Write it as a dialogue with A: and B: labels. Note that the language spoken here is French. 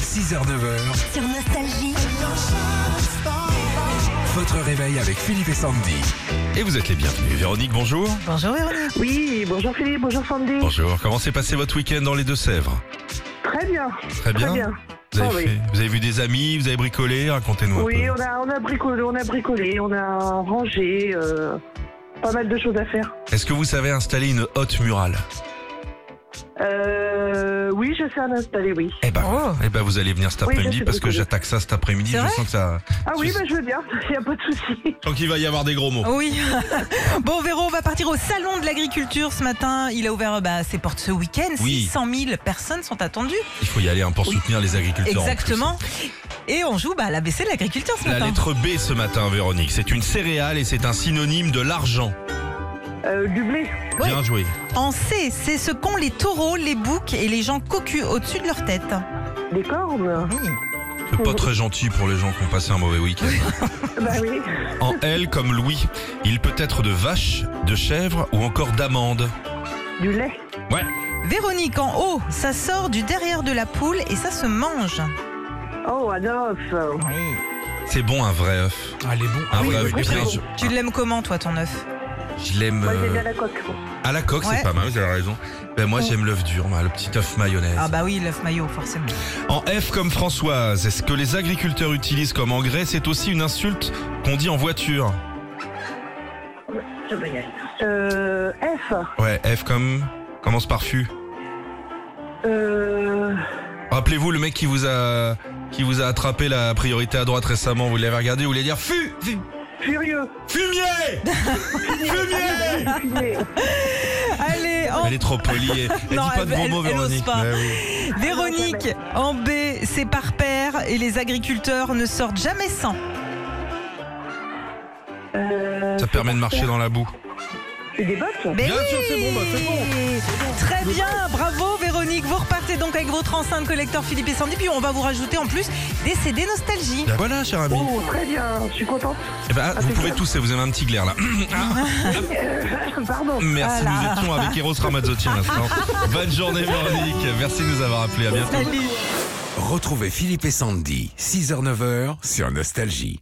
A: 6h-9h,
B: Sur Nostalgie.
A: votre réveil avec Philippe et Sandy.
C: Et vous êtes les bienvenus. Véronique, bonjour.
D: Bonjour Véronique.
E: Oui, bonjour Philippe, bonjour Sandy.
C: Bonjour. Comment s'est passé votre week-end dans les Deux-Sèvres
E: Très bien.
C: Très bien. Vous avez,
E: Ah oui.
C: fait- vous avez vu des amis, vous avez bricolé, racontez-nous un
E: Oui,
C: peu.
E: on a, on a bricolé, on a bricolé, on a rangé, euh, pas mal de choses à faire.
C: Est-ce que vous savez installer une hotte murale
E: Euh, oui, je sais en installer, oui.
C: Eh ben,
D: Oh.
C: eh ben, vous allez venir cet
E: Oui, je
C: après-midi
E: suis
C: parce que
E: bricolée.
C: j'attaque ça cet après-midi.
D: C'est
C: Je
D: vrai
C: sens que ça.
E: Ah oui,
C: Je-
E: bah, je veux bien, il n'y a pas de souci.
C: Donc il va y avoir des gros mots.
D: Oui. Bon Véro, on va partir au salon de l'agriculture ce matin. Il a ouvert euh, bah, ses portes ce week-end.
C: Oui.
D: 600 000 personnes sont attendues.
C: Il faut y aller hein, pour soutenir les agriculteurs. en plus.
D: Exactement. Et on joue bah, à l'ABC de l'agriculture ce
C: La
D: matin.
C: lettre B ce matin, Véronique. C'est une céréale et c'est un synonyme de l'argent.
E: Euh, du blé,
D: Oui.
C: Bien joué.
D: En C, c'est ce qu'ont les taureaux, les boucs et les gens cocus au-dessus de leur tête.
E: des cornes.
C: C'est pas très gentil pour les gens qui ont passé un mauvais week-end.
E: Bah oui.
C: En L comme Louis, il peut être de vache, de chèvre ou encore d'amande.
E: Du lait,
D: Véronique, en haut, ça sort du derrière de la poule et ça se mange.
E: oh, un os.
C: C'est bon un vrai œuf.
A: Ah, les bons.
C: Un
E: Oui,
C: vrai
E: oui,
C: œuf
E: oui,
C: bien
E: oui.
C: joué.
D: Tu l'aimes comment toi ton œuf
C: Je l'aime
E: Moi, j'ai
C: euh,
E: bien la coque.
C: à la coque,
D: Ouais.
C: c'est pas mal, vous avez raison. Ben moi j'aime l'œuf dur, moi, le petit œuf mayonnaise.
D: Ah bah oui, l'œuf maillot forcément.
C: En F comme Françoise, est-ce que les agriculteurs utilisent comme engrais C'est aussi une insulte qu'on dit en voiture.
E: Euh, F,
C: Ouais, F comme commence par fût.
E: euh,
C: Rappelez-vous le mec qui vous a qui vous a attrapé la priorité à droite récemment, vous l'avez regardé, vous voulez dire fût, fût-
E: furieux.
C: fumier, fumier.
E: Fumé.
D: Allez, en
C: Elle est trop polie. Elle, elle
D: Non,
C: dit pas
D: elle-
C: de gros
D: elle-
C: mots,
D: elle ose
C: Véronique.
D: pas.
C: Ouais, oui.
D: Véronique, en B, c'est par paire et les agriculteurs ne sortent jamais sans.
E: Euh,
C: Ça permet de marcher dans la boue.
E: c'est des bottes
D: Mais
C: Bien sûr, c'est bon, bah, c'est bon.
D: Très bien, bravo Véronique, vous repartez donc avec votre enceinte collecteur Philippe et Sandy, puis on va vous rajouter en plus des CD nostalgie.
C: Voilà, cher ami.
E: Oh, très bien, je suis contente.
C: Eh ben,
D: Ah,
C: vous pouvez tousser, vous avez un petit glaire là.
E: Pardon.
C: Merci,
D: Voilà.
C: nous étions avec Eros Ramazzotti à l'instant. Bonne journée, Véronique. Merci de nous avoir appelés. À bientôt.
D: Salut.
A: Retrouvez Philippe et Sandy, 6h-9h, sur Nostalgie.